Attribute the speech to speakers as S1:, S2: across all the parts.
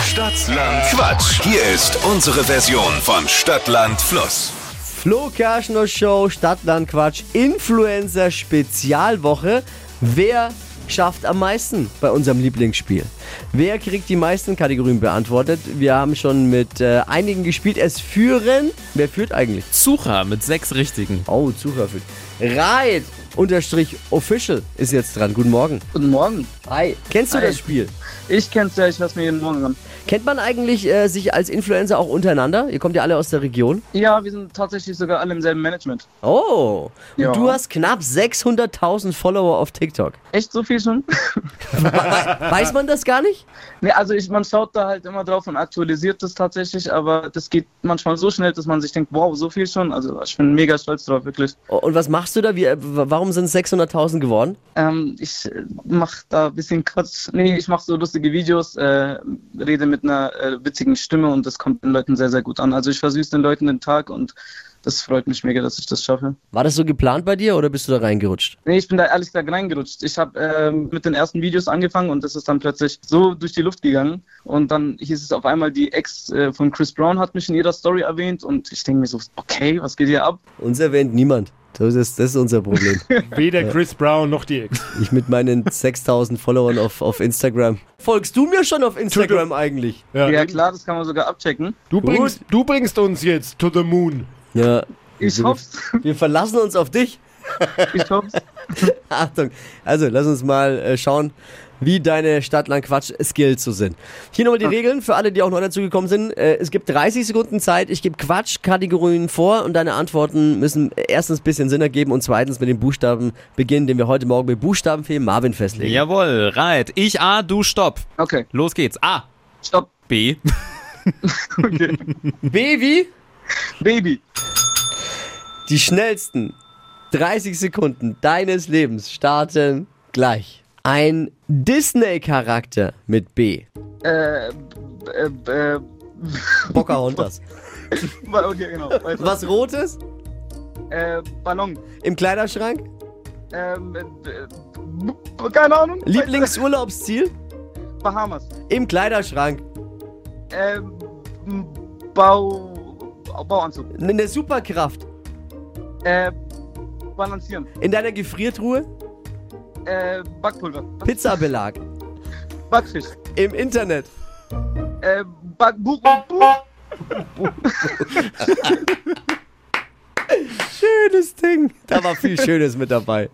S1: Stadtland Quatsch. Hier ist unsere Version von Stadtland Fluss.
S2: Flo Kerschner Show, Stadtlandquatsch, Influencer Spezialwoche. Wer schafft am meisten bei unserem Lieblingsspiel? Wer kriegt die meisten Kategorien beantwortet? Wir haben schon mit äh, einigen gespielt. Es führen. Wer führt eigentlich?
S3: Sucher mit sechs Richtigen.
S2: Oh, Zuhörer führt. Reit unterstrich official ist jetzt dran. Guten Morgen.
S4: Guten Morgen.
S2: Hi. Kennst du
S4: Hi.
S2: das Spiel?
S4: Ich kenn's ja, ich lass mir jeden Morgen ran.
S2: Kennt man eigentlich äh, sich als Influencer auch untereinander? Ihr kommt ja alle aus der Region.
S4: Ja, wir sind tatsächlich sogar alle im selben Management.
S2: Oh, und
S4: Ja.
S2: du hast knapp 600.000 Follower auf TikTok.
S4: Echt so viel schon?
S2: Weiß man das gar nicht?
S4: ne, also ich, man schaut da halt immer drauf und aktualisiert das tatsächlich, aber das geht manchmal so schnell, dass man sich denkt, wow, so viel schon. Also ich bin mega stolz drauf, wirklich.
S2: O- Und was machst du da? Wie, äh, w- warum sind es 600.000 geworden?
S4: Ähm, ich äh, mach da ein bisschen Quatsch. Nee, ich mach so lustige Videos, äh, rede mit einer äh, witzigen Stimme und das kommt den Leuten sehr, sehr gut an. Also ich versüß den Leuten den Tag und das freut mich mega, dass ich das schaffe.
S2: War das so geplant bei dir oder bist du da reingerutscht?
S4: Nee, ich bin da ehrlich gesagt reingerutscht. Ich habe ähm, mit den ersten Videos angefangen und das ist dann plötzlich so durch die Luft gegangen. Und dann hieß es auf einmal, die Ex äh, von Chris Brown hat mich in ihrer Story erwähnt und ich denke mir so, okay, was geht hier ab?
S2: Uns erwähnt niemand. Das ist, das ist unser Problem.
S5: Weder Chris Brown noch die Ex.
S2: Ich mit meinen 6.000 Followern auf, auf Instagram. Folgst du mir schon auf Instagram eigentlich?
S4: Ja
S5: eben.
S4: klar, das kann man sogar abchecken.
S5: Du, bringst, du bringst uns jetzt to the moon.
S2: Ja,
S4: Ich hoff's,
S2: wir verlassen uns auf dich.
S4: ich hoff's.
S2: Achtung. Also, lass uns mal äh, schauen, wie deine Stadtland-Quatsch-Skills so sind. Hier nochmal die Regeln für alle, die auch neu dazugekommen sind. Äh, es gibt 30 Sekunden Zeit. Ich gebe Quatsch-Kategorien vor und deine Antworten müssen äh, erstens ein bisschen Sinn ergeben und zweitens mit den Buchstaben beginnen, den wir heute Morgen mit Buchstabenfee Marvin festlegen.
S3: Jawohl, reit. Ich A, du Stopp.
S4: Okay,
S3: Los geht's. A,
S4: stopp.
S3: B,
S4: Okay.
S2: B wie?
S4: Baby,
S2: Die schnellsten 30 Sekunden deines Lebens starten gleich. Ein Disney-Charakter mit B.
S4: äh, b- äh, b- äh,
S2: Pocahontas.
S4: ba- okay, genau. Weiter.
S2: Was Rotes
S4: Äh, Ballon,
S2: im Kleiderschrank.
S4: ähm, äh, b- b- keine Ahnung.
S2: Lieblingsurlaubsziel?
S4: Bahamas,
S2: Im Kleiderschrank.
S4: ähm, Bau, Bauanzug.
S2: Eine Superkraft.
S4: Äh, balancieren.
S2: In deiner Gefriertruhe?
S4: Äh, Backpulver.
S2: Pizzabelag.
S4: Backfisch.
S2: Im Internet.
S4: Äh, Back Buch. Buch.
S2: Schönes Ding. Da war viel Schönes mit dabei.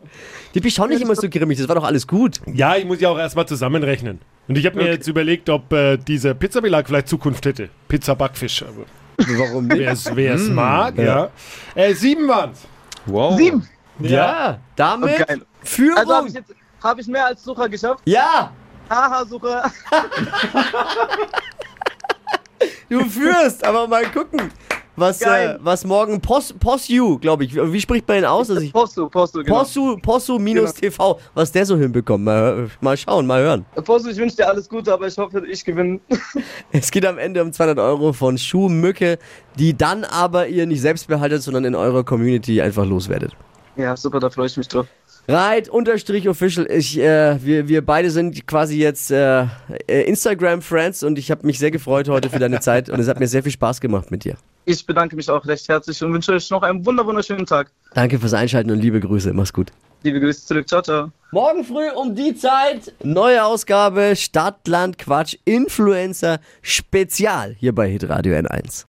S2: Die bist schon nicht immer so grimmig, das war doch alles gut.
S5: Ja, ich muss ja auch erstmal zusammenrechnen. Und ich habe mir
S4: Okay.
S5: jetzt überlegt, ob äh, dieser Pizzabelag vielleicht Zukunft hätte. Pizza Backfisch. Aber
S2: Warum
S5: wer es wer es mag, ja. Äh, sieben waren's.
S3: wow.
S4: Sieben.
S2: Ja, damit
S4: Oh, geil.
S2: Führung.
S4: Also habe ich jetzt hab ich mehr als Sucher geschafft.
S2: ja,
S4: Haha, Sucher.
S2: du führst, aber mal gucken, was,
S4: Geil.
S2: äh, was morgen Pos, Possu, glaube ich. Wie spricht man den aus? Dass ich,
S4: Postu, Postu, genau.
S2: Possu, Possu minus TV, was der so hinbekommt. Mal, mal schauen, mal hören.
S4: Postu, ich wünsche dir alles Gute, aber ich hoffe, ich gewinne.
S2: Es geht am Ende um 200 Euro von Schuhmücke, die dann aber ihr nicht selbst behaltet, sondern in eurer Community einfach loswerdet.
S4: Ja, super, da freue ich mich drauf.
S2: Right, unterstrich official. Ich, äh, wir, wir beide sind quasi jetzt äh, äh, Instagram-Friends und ich habe mich sehr gefreut heute für deine Zeit und es hat mir sehr viel Spaß gemacht mit dir.
S4: Ich bedanke mich auch recht herzlich und wünsche euch noch einen wunder wunderschönen Tag.
S2: Danke fürs Einschalten und liebe Grüße. Mach's gut.
S4: Liebe Grüße zurück. Ciao, ciao.
S2: Morgen früh um die Zeit. Neue Ausgabe Stadtland Quatsch Influencer Spezial hier bei Hitradio N1.